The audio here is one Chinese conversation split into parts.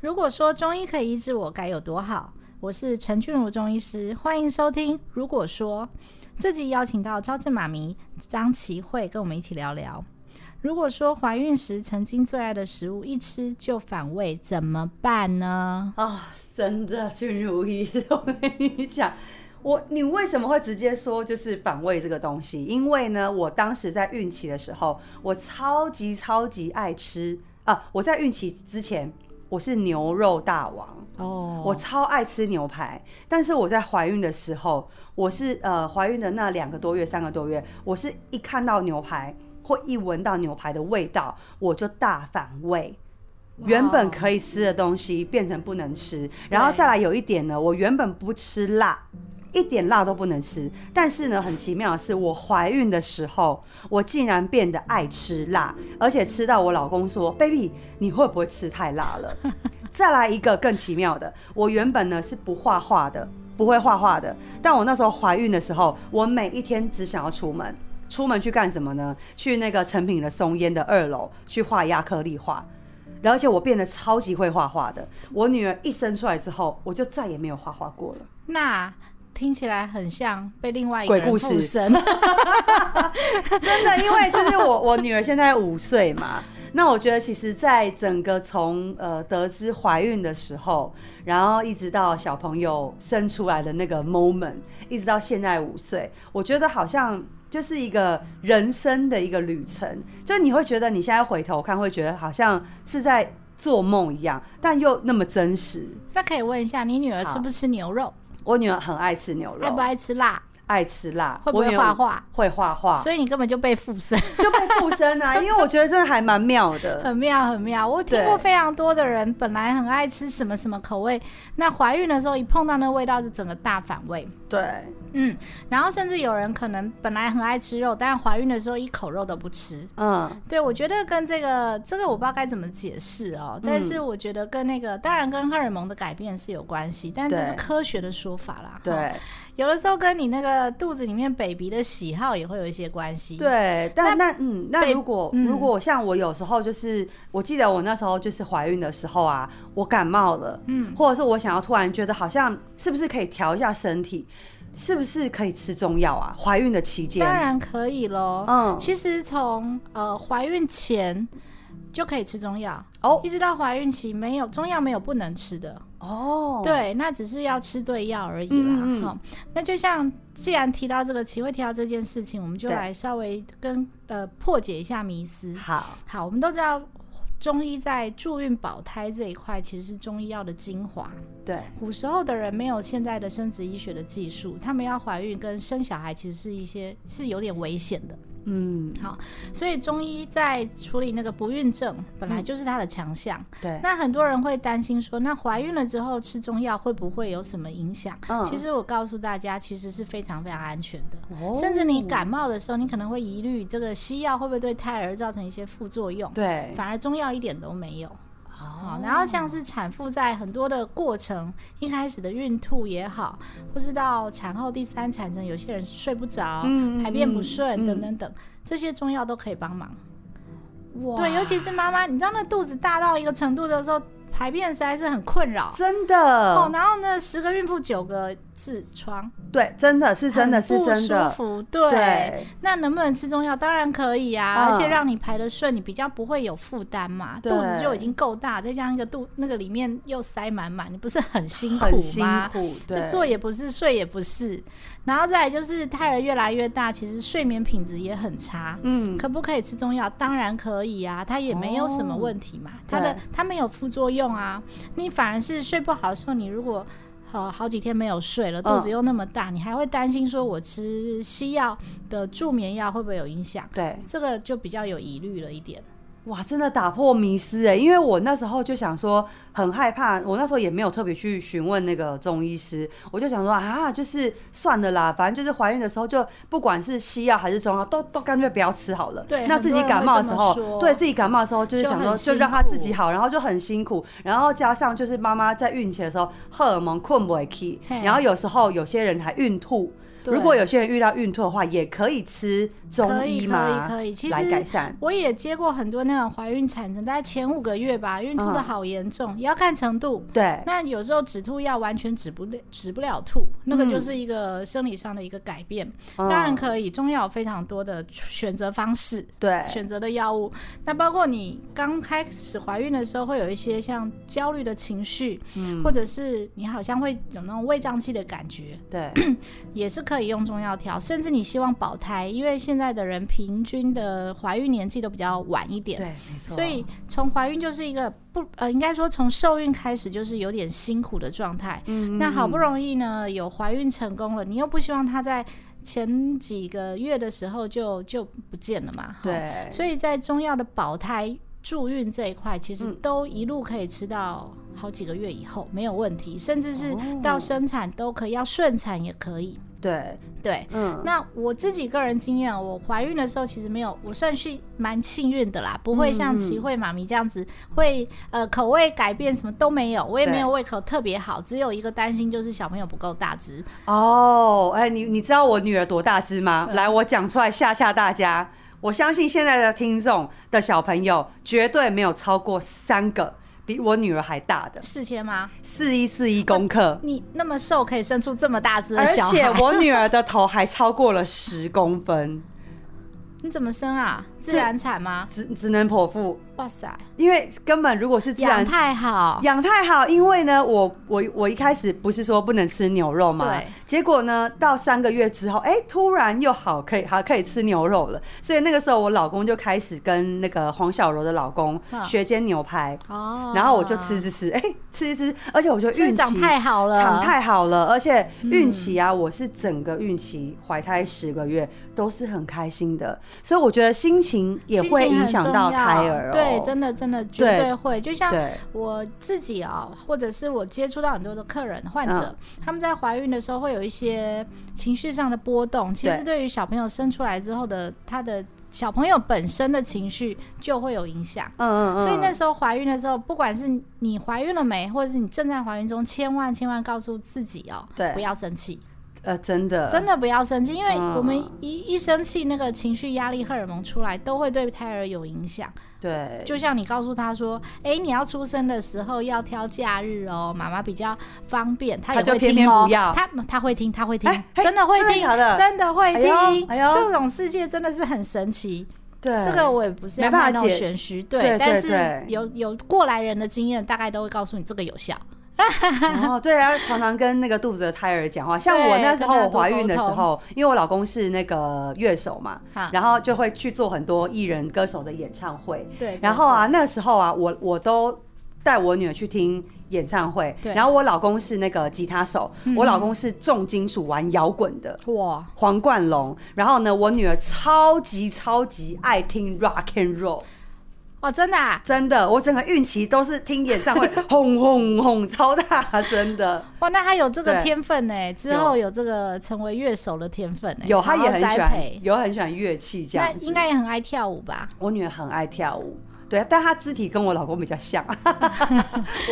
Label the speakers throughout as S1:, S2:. S1: 如果说中医可以医治我，该有多好！我是陈俊如中医师，欢迎收听。如果说这集邀请到招正妈咪张琪慧跟我们一起聊聊，如果说怀孕时曾经最爱的食物一吃就反胃，怎么办呢？
S2: 啊、真的，君如意，我跟你讲，我你为什么会直接说就是反胃这个东西？因为呢，我当时在孕期的时候，我超级超级爱吃啊！我在孕期之前，我是牛肉大王，
S1: 哦
S2: 我超爱吃牛排。但是我在怀孕的时候，我是呃怀孕的那两个多月、三个多月，我是一看到牛排或一闻到牛排的味道，我就大反胃。原本可以吃的东西变成不能吃，然后再来有一点呢，我原本不吃辣，一点辣都不能吃，但是呢，很奇妙的是，我怀孕的时候，我竟然变得爱吃辣，而且吃到我老公说：“baby，你会不会吃太辣了？”再来一个更奇妙的，我原本呢是不画画的，不会画画的，但我那时候怀孕的时候，我每一天只想要出门。出门去干什么呢？去那个成品的松烟的二楼去画亚克力画，而且我变得超级会画画的。我女儿一生出来之后，我就再也没有画画过了。
S1: 那听起来很像被另外一个
S2: 鬼
S1: 人
S2: 故事
S1: 附身。
S2: 真的，因为就是我我女儿现在五岁嘛，那我觉得其实，在整个从呃得知怀孕的时候，然后一直到小朋友生出来的那个 moment，一直到现在五岁，我觉得好像。就是一个人生的一个旅程，就你会觉得你现在回头看，会觉得好像是在做梦一样，但又那么真实。
S1: 那可以问一下，你女儿吃不吃牛肉？
S2: 我女儿很爱吃牛
S1: 爱不
S2: 肉，
S1: 爱吃辣？
S2: 爱吃辣，
S1: 会不会
S2: 我女儿
S1: 画画？
S2: 会画画，
S1: 所以你根本就被附身，
S2: 就被附 身啊！因为我觉得这还蛮妙的，
S1: 很妙很妙。我听
S2: 对
S1: 过非常多的人，本来很爱吃什么什么口味，那怀孕的时候一碰到那个味道，就整个大反胃。
S2: 对，
S1: 嗯，然后甚至有人可能本来很爱吃肉，但怀孕的时候一口肉都不吃。
S2: 嗯，
S1: 对，我觉得跟这个这个我不知道该怎么解释哦，
S2: 嗯
S1: 但是我觉得跟那个当然跟荷尔蒙的改变是有关系，但这是
S2: 对
S1: 科学的说法啦。哈，
S2: 对
S1: 有的时候跟你那个肚子里面 baby 的喜好也会有一些关系。，
S2: 对，但那嗯，那
S1: 被
S2: 如果
S1: 嗯
S2: 如果像我有时候就是，我记得我那时候就是怀孕的时候啊，我感冒了，
S1: 嗯，
S2: 或者是我想要突然觉得好像是不是可以调一下身体，是不是可以吃中药啊？怀孕的期间，
S1: 当然可以喽。
S2: 嗯，
S1: 其实从呃怀孕前就可以吃中药，
S2: 哦
S1: 一直到怀孕期没有中药没有不能吃的。
S2: 哦，，
S1: 对，那只是要吃对药而已啦。哈、
S2: 嗯嗯嗯
S1: 那就像既然提到这个齐会提到这件事情，我们就
S2: 对
S1: 来稍微跟呃破解一下迷思。
S2: 好，
S1: 好，我们都知道中医在助孕保胎这一块其实是中医药的精华。
S2: 对，
S1: 古时候的人没有现在的生殖医学的技术，他们要怀孕跟生小孩其实是一些是有点危险的。
S2: 嗯，
S1: 所以中医在处理那个不孕症本来就是他的强项。
S2: 嗯对，
S1: 那很多人会担心说，那怀孕了之后吃中药会不会有什么影响？
S2: 嗯
S1: 其实我告诉大家，其实是非常非常安全的。
S2: 哦
S1: 甚至你，感冒的时候，你可能会疑虑这个西药会不会对胎儿造成一些副作用，
S2: 对，哦
S1: 反而中药一点都没有。好
S2: 好，
S1: 然后像是产妇在很多的过程，一开始的孕吐也好，或是到产后第三产程，有些人是睡不着、
S2: 嗯
S1: 排便不
S2: 嗯
S1: 顺
S2: 嗯
S1: 等等等，这些中药都可以帮忙。
S2: 哇
S1: 对，尤其是妈妈，你知道那肚子大到一个程度的时候，排便实在是很困扰。
S2: 真
S1: 哦，
S2: 的，
S1: 然后呢，十个孕妇九个痔疮，
S2: 对，真的是真的
S1: 很
S2: 是
S1: 不
S2: 真的
S1: 舒，服。对，
S2: 对
S1: 那能不能吃中药？当然可以啊，
S2: 嗯
S1: 而且让你排得顺，你比较不会有负担嘛。肚
S2: 对
S1: 子就已经够大，再加上一个肚那个里面又塞满满，你不是很辛苦
S2: 很辛
S1: 吗？
S2: 苦，
S1: 就
S2: 对，
S1: 坐也不是，睡也不是，然后再来就是胎儿越来越大，其实睡眠品质也很差。
S2: 嗯，哦
S1: 可不可以吃中药？当然可以啊，它也没有什么问题嘛，它的
S2: 对
S1: 它没有副作用啊。你反而是睡不好的时候，你如果呃好几天没有睡了，肚子
S2: 嗯
S1: 又那么大，你还会担心说我吃西药的助眠药会不会有影响？
S2: 对，
S1: 这个就比较有疑虑了一点。
S2: 哇，真的打破迷思哎！因为我那时候就想说，很害怕，我那时候也没有特别去询问那个中医师，我就想说啊，就是算了啦，反正就是怀孕的时候，就不管是西药还是中药，都都干脆不要吃好了。
S1: 对
S2: 那
S1: 很
S2: 自
S1: 多
S2: 己
S1: 人
S2: 感
S1: 会
S2: 冒的
S1: 这
S2: 时
S1: 么说
S2: 候，对自己感冒的时候，就是
S1: 就
S2: 想
S1: 很
S2: 说就
S1: 辛
S2: 让他自己
S1: 苦
S2: 好，然后就很辛苦，然后加上就是妈妈在孕期的时候，荷尔蒙困不起
S1: 嘿，
S2: 然后有时候有些人还孕吐。
S1: 对
S2: 如果有些人遇到孕吐的话，也可以吃中
S1: 可以
S2: 医
S1: 可以
S2: 嘛，
S1: 可以，其
S2: 来改
S1: 实。
S2: 善。
S1: 我也接过很多那种怀孕产程，大概前五个月吧，孕吐的
S2: 嗯
S1: 好严重，也要看程度。
S2: 对，
S1: 那有时候止吐药完全止不了，止不了吐，那个
S2: 嗯
S1: 就是一个生理上的一个改变。
S2: 嗯
S1: 当然可以，中药有非常多的选择方式，
S2: 对，
S1: 选择的药物。那包括你刚开始怀孕的时候，会有一些像焦虑的情绪，
S2: 嗯
S1: 或者是你好像会有那种胃胀气的感觉，
S2: 对，
S1: 也是可以用中药调。甚至你希望保胎，因为现在的人平均的怀孕年纪都比较晚一点。
S2: 对，没错。
S1: 所以从怀孕就是一个不呃，应该说从受孕开始就是有点辛苦的状态。
S2: 嗯，嗯，
S1: 那好不
S2: 嗯
S1: 容易呢有怀孕成功了，你又不希望它在前几个月的时候就就不见了嘛？哈。
S2: 对，
S1: 所以在中药的保胎、助孕这一块，其实
S2: 嗯
S1: 都一路可以吃到好几个月以后没有问题，甚至是
S2: 哦
S1: 到生产都可以，要顺产也可以。
S2: 对，
S1: 对，
S2: 嗯，
S1: 那我自己个人经验，啊我怀孕的时候其实没有，我算是蛮幸运的啦，不会像
S2: 嗯
S1: 齐慧妈咪这样子会呃口味改变，什么都没有，我也
S2: 对
S1: 没有胃口特别好，只有一个担心就是小朋友不够大只。
S2: 哦，哎，你你知道我女儿多大只吗？
S1: 嗯
S2: 来，我讲出来吓吓大家。我相信现在的听众的小朋友绝对没有超过三个比我女儿还大的
S1: 四千吗？
S2: 四一四一 公克，
S1: 你那么瘦可以生出这么大只的
S2: 而
S1: 小
S2: 且
S1: 孩，
S2: 我女儿的头还超过了十公分，
S1: 你怎么生啊？自
S2: 这
S1: 然产吗？
S2: 只只能剖腹，
S1: 哇塞，
S2: 因为根本如果是自然
S1: 养太好，
S2: 养太好，因为呢，我我我一开始不是说不能吃牛肉吗
S1: 对？
S2: 结果呢，到三个月之后，哎、突然又好可以好可以吃牛肉了。所以那个时候，我老公就开始跟那个黄小柔的老公
S1: 嗯
S2: 学煎牛排，
S1: 哦，
S2: 然后我就吃，吃吃，哎、吃一吃，而且我觉得
S1: 所以
S2: 孕
S1: 长
S2: 期
S1: 太好了，
S2: 长太好了，而且孕
S1: 嗯
S2: 期啊，我是整个孕期怀胎十个月都是很开心的，所以我觉得心情也
S1: 心
S2: 会
S1: 情
S2: 影
S1: 很
S2: 响
S1: 重要
S2: 到胎儿、哦，
S1: 对，真的真的绝
S2: 对嗯
S1: 对会，就像
S2: 对
S1: 我自己啊、或者是我接触到很多的客人、患
S2: 嗯
S1: 者，他们在怀孕的时候会有一些情绪上的波动。其实
S2: 对
S1: 对于小朋友生出来之后的他的小朋友本身的情绪就会有影响。
S2: 嗯嗯嗯，
S1: 所以那时候怀孕的时候，不管是你怀孕了没，或者是你正在怀孕中，千万千万告诉自己哦、
S2: 对
S1: 不要生气，
S2: 呃真的
S1: 真的不要生气，因为
S2: 嗯
S1: 我们一一生气，那个情绪压力荷尔蒙出来，都会对胎儿有影响。
S2: 对，
S1: 就像你告诉他说：“哎、你要出生的时候要挑假日哦，妈妈比较方便。”他也
S2: 他就
S1: 会
S2: 偏
S1: 听
S2: 偏
S1: 哦，
S2: 不要
S1: 他他会听，他会听，
S2: 哎哎
S1: 真的会
S2: 真的
S1: 听，
S2: 假的
S1: 真的会
S2: 哎呦
S1: 听。
S2: 哎呦
S1: 这种世界真的是很神奇。
S2: 对
S1: 这个我也不是
S2: 没
S1: 要
S2: 办法
S1: 卖弄
S2: 解
S1: 玄虚，对，
S2: 对
S1: 但
S2: 对
S1: 是
S2: 对
S1: 有有过来人的经验，大概都会告诉你这个有效。
S2: 哦，对啊，常常跟那个肚子的胎儿讲话。像
S1: 对
S2: 我那时
S1: 跟
S2: 候
S1: 他
S2: 我
S1: 多
S2: 怀孕
S1: 沟
S2: 的时
S1: 通
S2: 候，因为我老公是那个乐手嘛
S1: 啊，
S2: 然后就会去做很多艺人歌手的演唱会。
S1: 对，
S2: 然后啊，那时候啊，我我都带我女儿去听演唱会。
S1: 对嗯
S2: 然后我老公是那个吉他手，我老公是重金属玩摇滚的。
S1: 对，哇，
S2: 黄冠龙，然后呢，我女儿超级超级爱听 rock and roll，
S1: 哦，真的、啊，
S2: 真的，我整个孕期都是听演 唱会，轰轰轰，超大声的。
S1: 哇，那他有这个
S2: 对
S1: 天分呢，之
S2: 有
S1: 后有这个成为乐手的天分呢，
S2: 有，她
S1: 好
S2: 也
S1: 好
S2: 很喜
S1: 栽
S2: 欢
S1: 培，
S2: 有很喜欢乐器这
S1: 那
S2: 样子。
S1: 应该也很爱跳舞吧？
S2: 我女儿很爱跳舞，对，啊但她肢体跟我老公比 较像，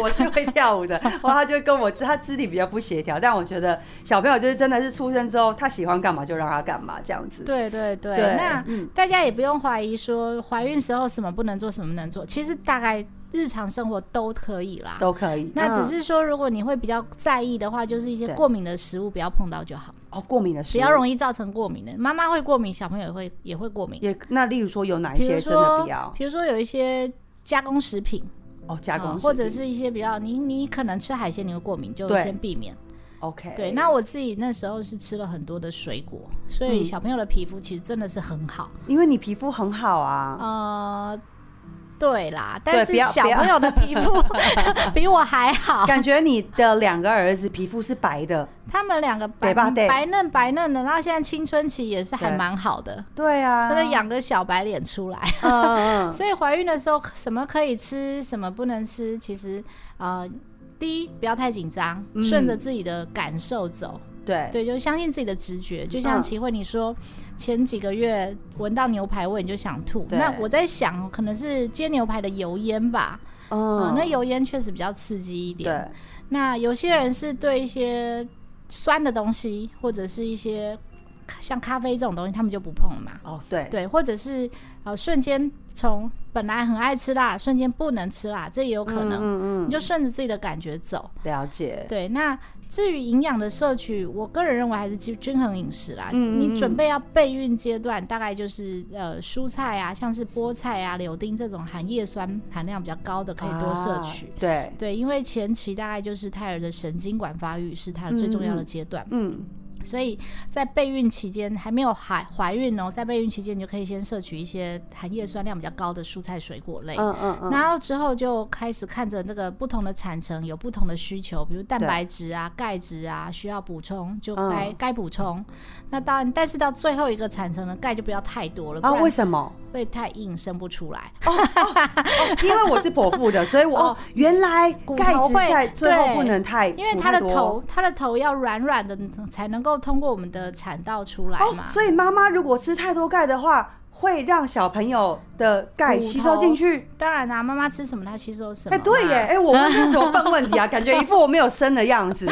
S2: 我是会跳舞的，然后她就跟我她肢体比较不协调。但我觉得小朋友就是真的是出生之后，她喜欢干嘛就让她干嘛这样子。
S1: 对对对，
S2: 对
S1: 那、
S2: 嗯
S1: 大家也不用怀疑说怀孕时候什么不能做，什么能做，其实大概日常生活都可以啦。
S2: 都可以，
S1: 那
S2: 嗯
S1: 只是说，如果你会比较在意的话，就是一些
S2: 对
S1: 过敏的食物不要碰到就好，
S2: 哦，过敏的食
S1: 比较
S2: 易
S1: 容易造成过敏的。妈妈会过敏，小朋友也会也会过敏。
S2: 也那，例如说有哪一
S1: 比如
S2: 些真的
S1: 说
S2: 不要，
S1: 比如说有一些加工食品，
S2: 哦，加工
S1: 啊
S2: 食品、
S1: 或者是一些比较你你可能吃海鲜你会过敏，就
S2: 对
S1: 先避免。
S2: OK
S1: 对，那我自己那时候是吃了很多的水果，所以
S2: 嗯
S1: 小朋友的皮肤其实真的是很好。
S2: 因为你皮肤很好啊，
S1: 呃，对啦，
S2: 对
S1: 但是
S2: 不要
S1: 小
S2: 不要
S1: 朋友的皮 肤比我还 好，
S2: 感觉你的两个儿子皮肤是白的，
S1: 他们两个白
S2: 对吧对
S1: 白嫩白嫩的，然后现在青春期也是还
S2: 对
S1: 蛮好的，
S2: 对啊，
S1: 真的养个小白脸出来。
S2: 嗯， 嗯嗯，
S1: 所以怀孕的时候，什么可以吃，什么不能吃，其实呃。第一，不要太紧张，
S2: 嗯
S1: 顺着自己的感受走，
S2: 对
S1: 对，就相信自己的直觉。就像
S2: 嗯
S1: 齐慧你说，前几个月闻到牛排味你就想吐，
S2: 对
S1: 那我在想，可能是煎牛排的油烟吧，啊、
S2: 嗯，
S1: 那油烟确实比较刺激一点。
S2: 对
S1: 那有些人是对一些酸的东西或者是一些像咖啡这种东西，他们就不碰了嘛。
S2: 哦，对，
S1: 对，或者是呃瞬间从本来很爱吃辣，瞬间不能吃辣，这也有可能。
S2: 嗯嗯
S1: 你就顺着自己的感觉走。
S2: 嗯，了解。
S1: 对，那至于营养的摄取，我个人认为还是均均衡饮食啦。
S2: 嗯嗯
S1: 你准备要备孕阶段，大概就是呃蔬菜啊，像是菠菜啊、柳丁这种含叶酸含量比较高的，可以多摄取。
S2: 啊对，
S1: 对，因为前期大概就是胎儿的神经管发育是它最重要的阶段，
S2: 嗯，
S1: 所以在备孕期间还没有怀怀孕哦，在备孕期间你就可以先摄取一些含叶酸量比较高的蔬菜水果类。
S2: 嗯嗯嗯，
S1: 然后之后就开始看着那个不同的产程有不同的需求，比如蛋
S2: 对
S1: 白质啊、钙质啊需要补充，就
S2: 嗯
S1: 该、该补充。那当然，但是到最后一个产程呢，钙就不要太多了，不
S2: 啊，为
S1: 然
S2: 什么？
S1: 会太硬生不出来。
S2: 因为我是剖腹的，所以我哦
S1: 哦
S2: 原来
S1: 骨
S2: 钙
S1: 头
S2: 质
S1: 会
S2: 在最后
S1: 对
S2: 不能太，
S1: 因为
S2: 不
S1: 它
S2: 太
S1: 的
S2: 多
S1: 头，它的头要软软的才能够通过我们的产道出来
S2: 哦
S1: 嘛。，
S2: 所以妈妈如果吃太多钙的话，会让小朋友的钙
S1: 骨
S2: 吸收
S1: 头
S2: 进去。
S1: 当然啦、妈妈吃什么，它吸收什么。
S2: 哎、对耶，哎、，我问这什么笨问题啊？感觉一副我没有生的样 子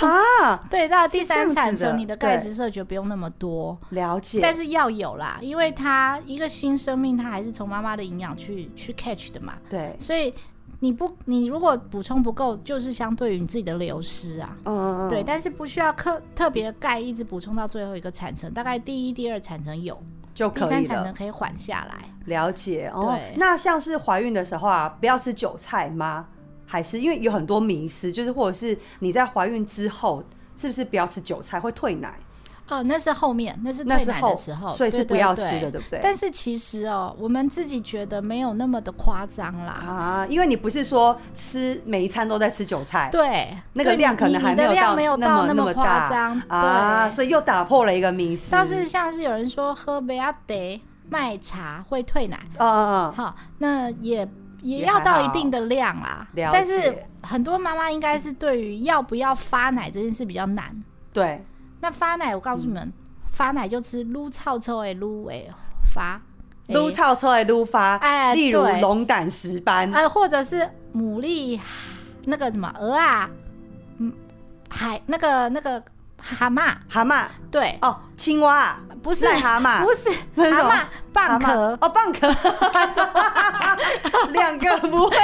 S2: 啊！
S1: 对，到了第
S2: 是这
S1: 三
S2: 样子
S1: 产
S2: 的
S1: 程，你的钙
S2: 对
S1: 质摄取不用那么多，
S2: 了解，
S1: 但是要有啦，因为它一个新生命，它还是从妈妈的营养去去 catch 的嘛，
S2: 对，
S1: 所以你不，你如果补充不够，就是相对于你自己的流失啊。
S2: 嗯嗯嗯，
S1: 对，但是不需要特特别的钙一直补充到最后一个产程，大概第一、第二产程有，
S2: 就
S1: 第
S2: 可
S1: 三
S2: 以
S1: 产
S2: 了
S1: 程。可以缓下来。
S2: 了解哦
S1: 对。
S2: 那像是怀孕的时候啊，不要吃韭菜吗？还是因为有很多迷思，就是或者是你在怀孕之后，是不是不要吃韭菜会退奶？
S1: 哦，那是后面，那是
S2: 那
S1: 退
S2: 是
S1: 奶
S2: 后，
S1: 的时候，
S2: 所以是
S1: 对
S2: 不
S1: 对
S2: 要吃
S1: 对
S2: 的，对不对？
S1: 但是其实哦，我们自己觉得没有那么的夸张啦。
S2: 啊，因为你不是说吃每一餐都在吃韭菜，
S1: 对，
S2: 啊那个
S1: 对
S2: 量可
S1: 你
S2: 能
S1: 你
S2: 还
S1: 的
S2: 没有
S1: 量
S2: 到
S1: 没有
S2: 那么
S1: 到
S2: 那么
S1: 么夸
S2: 大
S1: 张
S2: 啊，
S1: 对，
S2: 所以又打破了一个迷思。
S1: 倒是像是有人说喝杯阿得麦茶会退奶，
S2: 嗯嗯嗯，
S1: 好，那也也
S2: 也
S1: 要
S2: 还
S1: 到一
S2: 好
S1: 定的量啦。
S2: 了
S1: 但是
S2: 解
S1: 很多妈妈应该是对于要不要发奶这件事比较难。
S2: 对，
S1: 那发奶，我告诉你们，发奶就吃撸草臭诶，撸诶发哎
S2: 撸
S1: 诶
S2: 草车来撸发，
S1: 哎
S2: 例如
S1: 对
S2: 龙胆石斑，
S1: 呃，或者是牡蛎，那个什么鹅啊，嗯，海那个那个蛤蟆，
S2: 蛤蟆
S1: 对，
S2: 哦，青蛙啊
S1: 不是
S2: 癞蛤蟆，
S1: 不是
S2: 那是什么
S1: 蛤蟆蚌
S2: 蛤蟆
S1: 壳，
S2: 哦，蚌壳，两个不会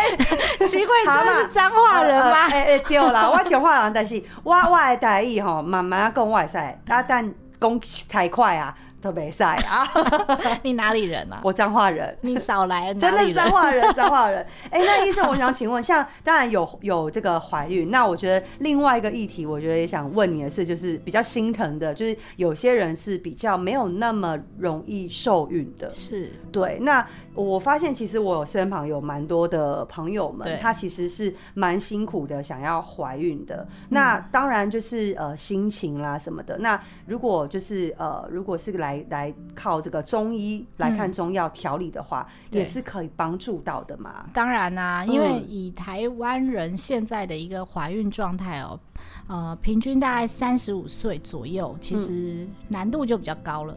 S1: 奇怪，
S2: 蛤
S1: 真的
S2: 蟆
S1: 是彰化人
S2: 呃呃
S1: 吗？
S2: 哎哎，对啦，我讲话人，但是我我的台语吼，慢慢讲我会使，啊，但讲太快啊都袂使 啊，
S1: 你哪里人啊？
S2: 我彰化人。
S1: 你少来，
S2: 真的
S1: 哪
S2: 是
S1: 里
S2: 彰
S1: 人？
S2: 化人，彰化人。 哎、那医生，我想请问，像当然有有这个怀孕，那我觉得另外一个议题，我觉得也想问你的是，就是比较心疼的，就是有些人是比较没有那么容易受孕的。
S1: 是
S2: 对，那我发现其实我身旁有蛮多的朋友们
S1: 对，
S2: 他其实是蛮辛苦的，想要怀孕的。
S1: 嗯
S2: 那当然就是呃心情啦什么的。那如果就是呃如果是来来靠这个中医来看中药调理的话，
S1: 嗯对
S2: 也是可以帮助到的嘛。
S1: 当然啦、因为
S2: 嗯
S1: 以台湾人现在的一个怀孕状态哦，呃，平均大概三十五岁左右，其实
S2: 嗯
S1: 难度就比较高了。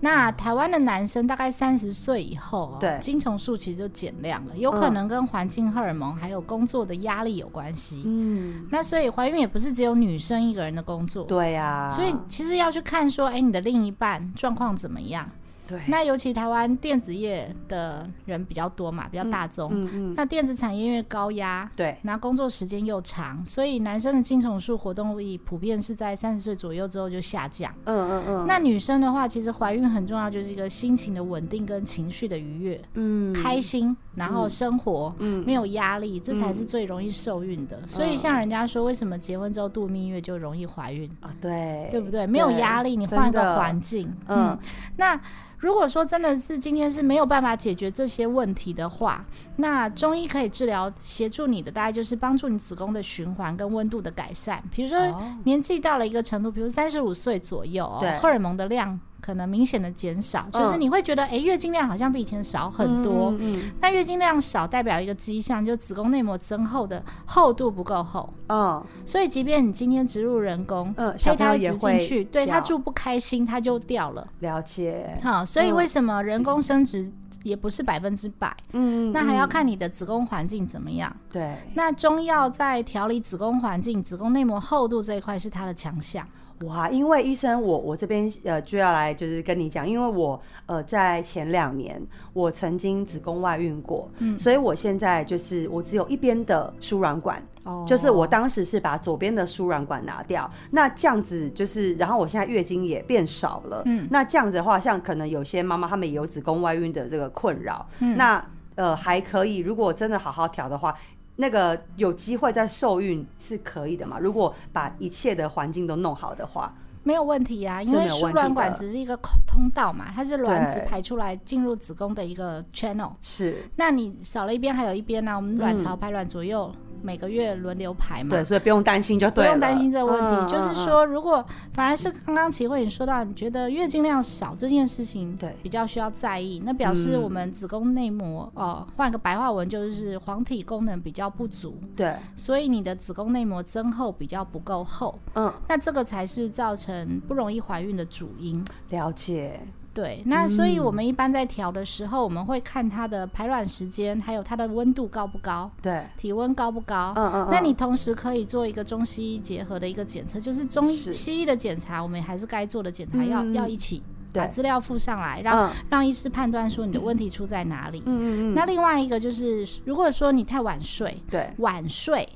S1: 那台湾的男生大概三十岁以后、哦，
S2: 对嗯
S1: 精虫数其实就减量了，有可能跟环境荷尔蒙还有工作的压力有关系。
S2: 嗯，
S1: 那所以怀孕也不是只有女生一个人的工作，
S2: 对啊呀、
S1: 所以其实要去看说，哎、你的另一半状况怎么样？
S2: 对，
S1: 那尤其台湾电子业的人比较多嘛，比较大众。
S2: 嗯嗯，
S1: 那电子产业因为高压，
S2: 对，
S1: 那工作时间又长，所以男生的精虫数活动力普遍是在三十岁左右之后就下降。
S2: 嗯嗯嗯，
S1: 那女生的话，其实怀孕很重要，就是一个心情的稳定跟情绪的愉悦，
S2: 嗯
S1: 开心，然后生活。
S2: 嗯
S1: 没有压力，这才是最容易受孕的。所以像人家说，为什么结婚之后度蜜月就容易怀孕，
S2: 啊对，
S1: 对不对？没有压力，你换一
S2: 真的
S1: 个环境，嗯
S2: 嗯，
S1: 那如果说真的是今天是没有办法解决这些问题的话，那中医可以治疗协助你的，大概就是帮助你子宫的循环跟温度的改善。比如说
S2: 哦
S1: 年纪到了一个程度，比如三十五岁左右、哦
S2: 对，
S1: 荷尔蒙的量可能明显的减少，就是
S2: 嗯
S1: 你会觉得诶，月经量好像比以前少很多。
S2: 嗯嗯
S1: 那月经量少代表一个迹象，就子宫内膜增厚的厚度不够厚，
S2: 嗯
S1: 所以即便你今天植入人工，
S2: 嗯小
S1: 胚
S2: 朋友
S1: 胎
S2: 也
S1: 植
S2: 会
S1: 进去，对它
S2: 掉
S1: 住不开心，它就掉了。
S2: 了解，
S1: 好，所以
S2: 嗯
S1: 为什么人工生殖也不是百分之百？
S2: 嗯，
S1: 那还
S2: 嗯
S1: 要看你的子宫环境怎么样。
S2: 对。
S1: 那中药在调理子宫环境、子宫内膜厚度这一块是它的强项。
S2: 哇，因为医生我，我这边呃就要来就是跟你讲，因为我呃在前两年我曾经子宫外孕过，
S1: 嗯
S2: 所以我现在就是我只有一边的输卵管，
S1: 哦
S2: 就是我当时是把左边的输卵管拿掉，那这样子就是，然后我现在月经也变少了，
S1: 嗯
S2: 那这样子的话，像可能有些妈妈她们也有子宫外孕的这个困扰，
S1: 嗯
S2: 那呃还可以，如果真的好好调的话。那个有机会再受孕是可以的嘛？如果把一切的环境都弄好的话，
S1: 没有问题啊，因
S2: 是没
S1: 为
S2: 有
S1: 输
S2: 问题
S1: 卵管
S2: 的
S1: 只是一个口通道嘛，它是卵子
S2: 对
S1: 排出来进入子宫的一个 channel。
S2: 是
S1: 那你少了一边还有一边呢、啊我们卵
S2: 嗯
S1: 巢排卵左右、每个月轮流排嘛，
S2: 对，所以不用担心就
S1: 嗯不
S2: 对了，
S1: 用担心这个问题。
S2: 嗯
S1: 就是，
S2: 嗯嗯
S1: 说，如果反而是刚刚齐慧你说到，你觉得月经量少这件事情，
S2: 对嗯
S1: 比较需要在意，那表示我们子宫内膜哦，换、个白话文就是黄体功能比较不足，
S2: 对，
S1: 所以你的子宫内膜增厚比较不够厚，
S2: 嗯，
S1: 那这个才是造成不容易怀孕的主因。
S2: 了解，
S1: 对，那所以我
S2: 嗯
S1: 们一般在调的时候，我们会看它的排卵时间，还有它的温度高不高，
S2: 对，
S1: 体温高不高
S2: 嗯。嗯，
S1: 那
S2: 嗯
S1: 你同时可以做一个中西医结合的一个检测，就是中医
S2: 是
S1: 西医的检查，我们还是该做的检查要、
S2: 嗯
S1: 要一起把
S2: 对，
S1: 资料附上来，让、
S2: 嗯
S1: 让医师判断说你的问题出在哪里。
S2: 嗯嗯嗯，
S1: 那另外一个就是，如果说你太晚睡，
S2: 对，
S1: 晚睡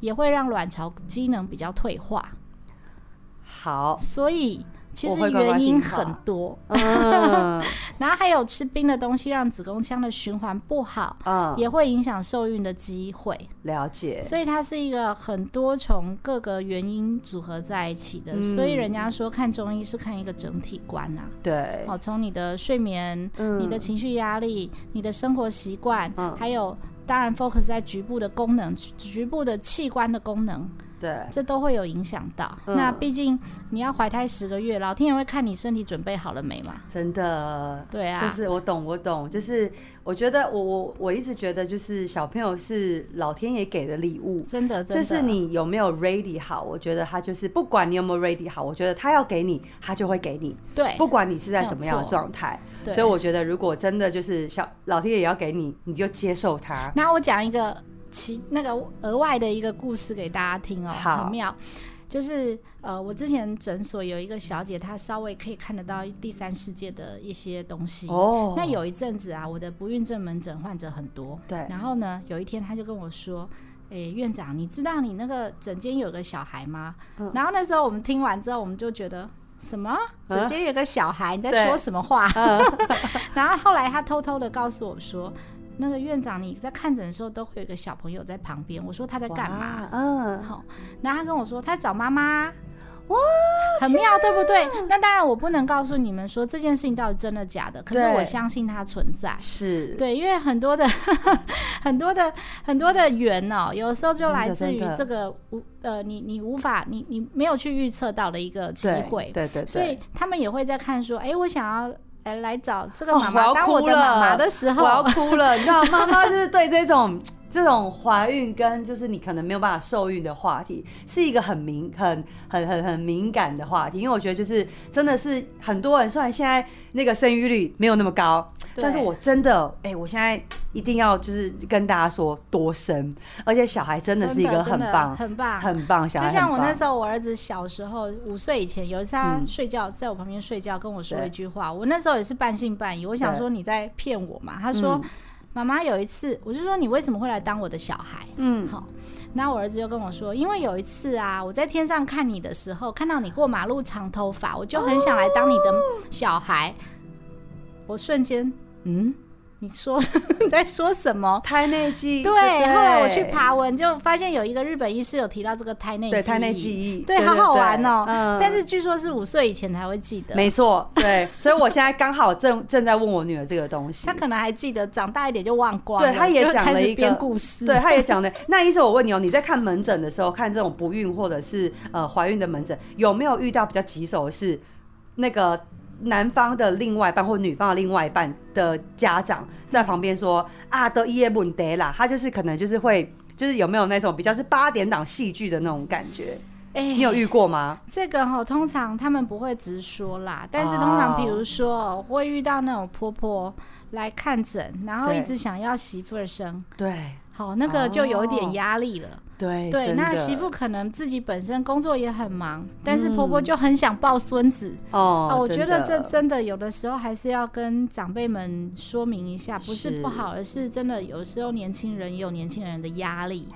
S1: 也会让卵巢机能比较退化，
S2: 好，
S1: 所以其
S2: 我
S1: 实
S2: 会乖乖
S1: 原因
S2: 听话
S1: 很多。
S2: 嗯
S1: 然后还有吃冰的东西让子宫腔的循环不好，
S2: 嗯，
S1: 也会影响受孕的机会，
S2: 了解，
S1: 所以它是一个很多从各个原因组合在一起的。
S2: 嗯
S1: 所以人家说看中医是看一个整体观啊，
S2: 对，
S1: 好，从你的睡眠、
S2: 嗯
S1: 你的情绪压力、你的生活习惯，
S2: 嗯
S1: 还有当然 focus 在局部的功能、局局部的器官的功能，
S2: 对，
S1: 这都会有影响到。
S2: 嗯
S1: 那毕竟你要怀胎十个月，老天爷会看你身体准备好了没嘛？
S2: 真的。
S1: 对啊，
S2: 这是我懂，我懂，就是我觉得我我我一直觉得，就是小朋友是老天爷给的礼物，
S1: 真的，真
S2: 就
S1: 的
S2: 是你有没有 ready 好，我觉得他就是不管你有没有 ready 好，我觉得他要给你，他就会给你，
S1: 对，
S2: 不管你是在
S1: 没有
S2: 什么样的
S1: 错
S2: 状态。
S1: 对
S2: 所以我觉得，如果真的就是小老天爷要给你，你就接受它。
S1: 那我讲一个其那个额外的一个故事给大家听哦，
S2: 好
S1: 很妙。就是呃，我之前诊所有一个小姐，她稍微可以看得到第三世界的一些东西。
S2: 哦，
S1: 那有一阵子啊，我的不孕症门诊患者很多。
S2: 对
S1: 然后呢，有一天她就跟我说：“诶、院长，你知道你那个诊间有个小孩吗？”
S2: 嗯啊
S1: 然后那时候我们听完之后，我们就觉得什么诊间有个小孩，你在
S2: 对啊
S1: 说什么话？ 然后后来她偷偷的告诉我说。那个院长，你在看诊的时候都会有一个小朋友在旁边。我说他在干嘛？
S2: 哇？嗯，
S1: 好，然后他跟我说他找妈妈，哇，很妙，对不对？那当然我不能告诉你们说这件事情到底真的假的，可是
S2: 对
S1: 我相信它存在。
S2: 是，
S1: 对，因为很多的、 很多的、很多的缘哦，有时候就
S2: 真的
S1: 来自于
S2: 真的
S1: 这个无呃，你你无法你你没有去预测到的一个机
S2: 对
S1: 会，
S2: 对对，对
S1: 所以他们也会在看说，哎，我想要来来找这个
S2: 哦
S1: 妈
S2: 我
S1: 妈、
S2: 要
S1: 当我
S2: 哭
S1: 的妈妈
S2: 了
S1: 的时
S2: 我要
S1: 候，
S2: 哭了，你知道，妈妈就是对这种这种怀孕跟就是你可能没有办法受孕的话题，是一个很敏、很、很、很、很敏感的话题。因为我觉得就是真的是很多人，虽然现在那个生育率没有那么高，
S1: 对
S2: 但是我真的，哎、我现在一定要就是跟大家说多生，而且小孩真的是一个很
S1: 真的
S2: 棒、
S1: 很棒，
S2: 很棒小孩
S1: 就
S2: 很棒，
S1: 像我那时候，我儿子小时候五岁以前，有一次他
S2: 嗯
S1: 睡觉，在我旁边睡觉，跟我说
S2: 对
S1: 一句话，我那时候也是半信半疑，我想
S2: 对嗯
S1: 说你在骗我嘛。他说：“妈妈有一次，我就说你为什么会来当我的小孩？”
S2: 嗯，
S1: 好，那我儿子就跟我说，因为有一次啊，我在天上看你的时候，看到你过马路长头发，我就很想来当你
S2: 哦
S1: 的小孩。我瞬间，嗯，你说 你在说什么？
S2: 胎内记忆，
S1: 对，后来我去爬文，就发现有一个日本医师有提到这个胎内
S2: 对
S1: 记
S2: 胎内
S1: 忆
S2: 记忆，
S1: 对好好玩哦
S2: 嗯
S1: 但是据说是五岁以前才会记得，
S2: 没错，对， 所以我现在刚好正正在问我女儿这个东西
S1: 他。可能还记得，长大一点就忘光了。
S2: 对他也
S1: 就
S2: 讲
S1: 开
S2: 了
S1: 始
S2: 一个
S1: 编故事，
S2: 对，她也讲的。 那医生，我问你哦，你在看门诊的时候，看这种不孕或者是呃怀孕的门诊，有没有遇到比较棘手的是那个男方的另外一半或女方的另外一半的家长在旁边说啊，都伊耶问得啦，他就是可能就是会就是有没有那种比较是八点档戏剧的那种感觉？
S1: 哎
S2: 你有遇过吗？
S1: 这个哈、通常他们不会直说啦，但是
S2: 哦
S1: 通常比如说、会遇到那种婆婆来看诊，然后
S2: 对
S1: 一直想要媳妇儿生，
S2: 对，
S1: 好，那个就有点压力了。
S2: 对
S1: 对，
S2: 哦哎真
S1: 那
S2: 的
S1: 媳妇可能自己本身工作也很忙，但是婆婆
S2: 嗯
S1: 就很想抱孙子。
S2: 哦
S1: 哦，我觉得这
S2: 真的
S1: 真的有的时候还是要跟长辈们说明一下，不是不
S2: 是
S1: 好，而是真的有时候年轻人也有年轻人的压力，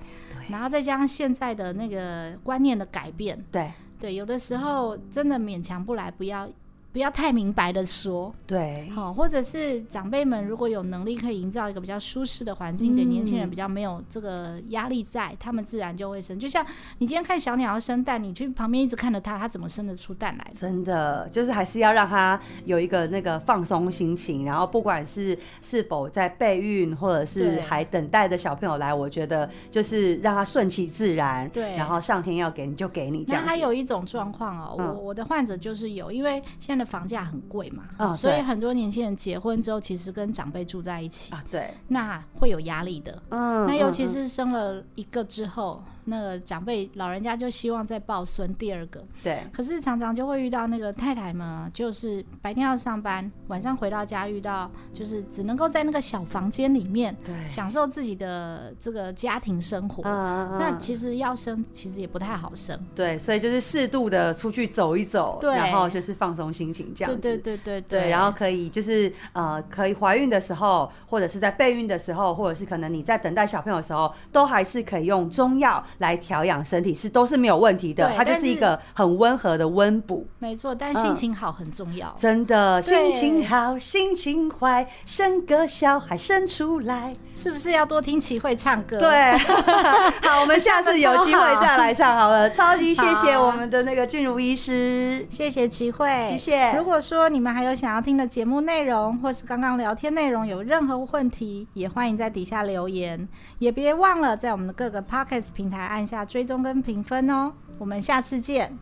S1: 然后再加上现在的那个观念的改变，
S2: 对
S1: 对，有的时候真的勉强不来，不要不要太明白的说，
S2: 对
S1: 好、或者是长辈们如果有能力，可以营造一个比较舒适的环境给年轻人，
S2: 嗯
S1: 比较没有这个压力在，他们自然就会生。就像你今天看小鸟要生蛋，你去旁边一直看着它，它怎么生得出蛋来的？
S2: 真的就是还是要让他有一个那个放松心情，然后不管是是否在备孕，或者是
S1: 对
S2: 还等待的小朋友来，我觉得就是让他顺其自然，
S1: 对
S2: 然后上天要给你就给你这
S1: 那
S2: 样子。
S1: 还有一种状况哦，
S2: 嗯
S1: 我我的患者就是有，因为现在的房价很贵嘛，
S2: 嗯
S1: 所以
S2: 对
S1: 很多年轻人结婚之后，其实跟长辈住在一起，
S2: 啊，对，
S1: 那会有压力的。
S2: 嗯，
S1: 那尤其
S2: 嗯嗯
S1: 是生了一个之后，那个长辈老人家就希望再抱孙第二个，
S2: 嗯对
S1: 可是常常就会遇到那个太太们，就是白天要上班，晚上回到家遇到，就是只能够在那个小房间里面
S2: 对，
S1: 享受自己的这个家庭生活。
S2: 嗯嗯
S1: 那
S2: 嗯，
S1: 其实要生，其实也不太好生。
S2: 对，所以就是适度的出去走一走，
S1: 对
S2: 然后就是放松心情这样
S1: 对
S2: 子。
S1: 对对对
S2: 对，然后可以就是呃，可以怀孕的时候，或者是在备孕的时候，或者是可能你在等待小朋友的时候，都还是可以用中药来调养身体，是都是没有问题的。
S1: 对
S2: 它就
S1: 但
S2: 是一
S1: 是
S2: 个很温和的温补，
S1: 没错，但
S2: 嗯
S1: 心情好很重要。
S2: 真的。心
S1: 对
S2: 情好，心情坏，生个小孩生出来。
S1: 是不是要多听齐慧唱歌？，
S2: 对，好，我们下次有机会再来唱好了。超级谢谢
S1: 好
S2: 我们的那个俊如医师。
S1: 谢谢齐慧，
S2: 谢谢
S1: 如果说你们还有想要听的节目内容，或是刚刚聊天内容有任何问题，也欢迎在底下留言，也别忘了在我们的各个 podcast 平台按下追踪跟评分哦。我们下次见，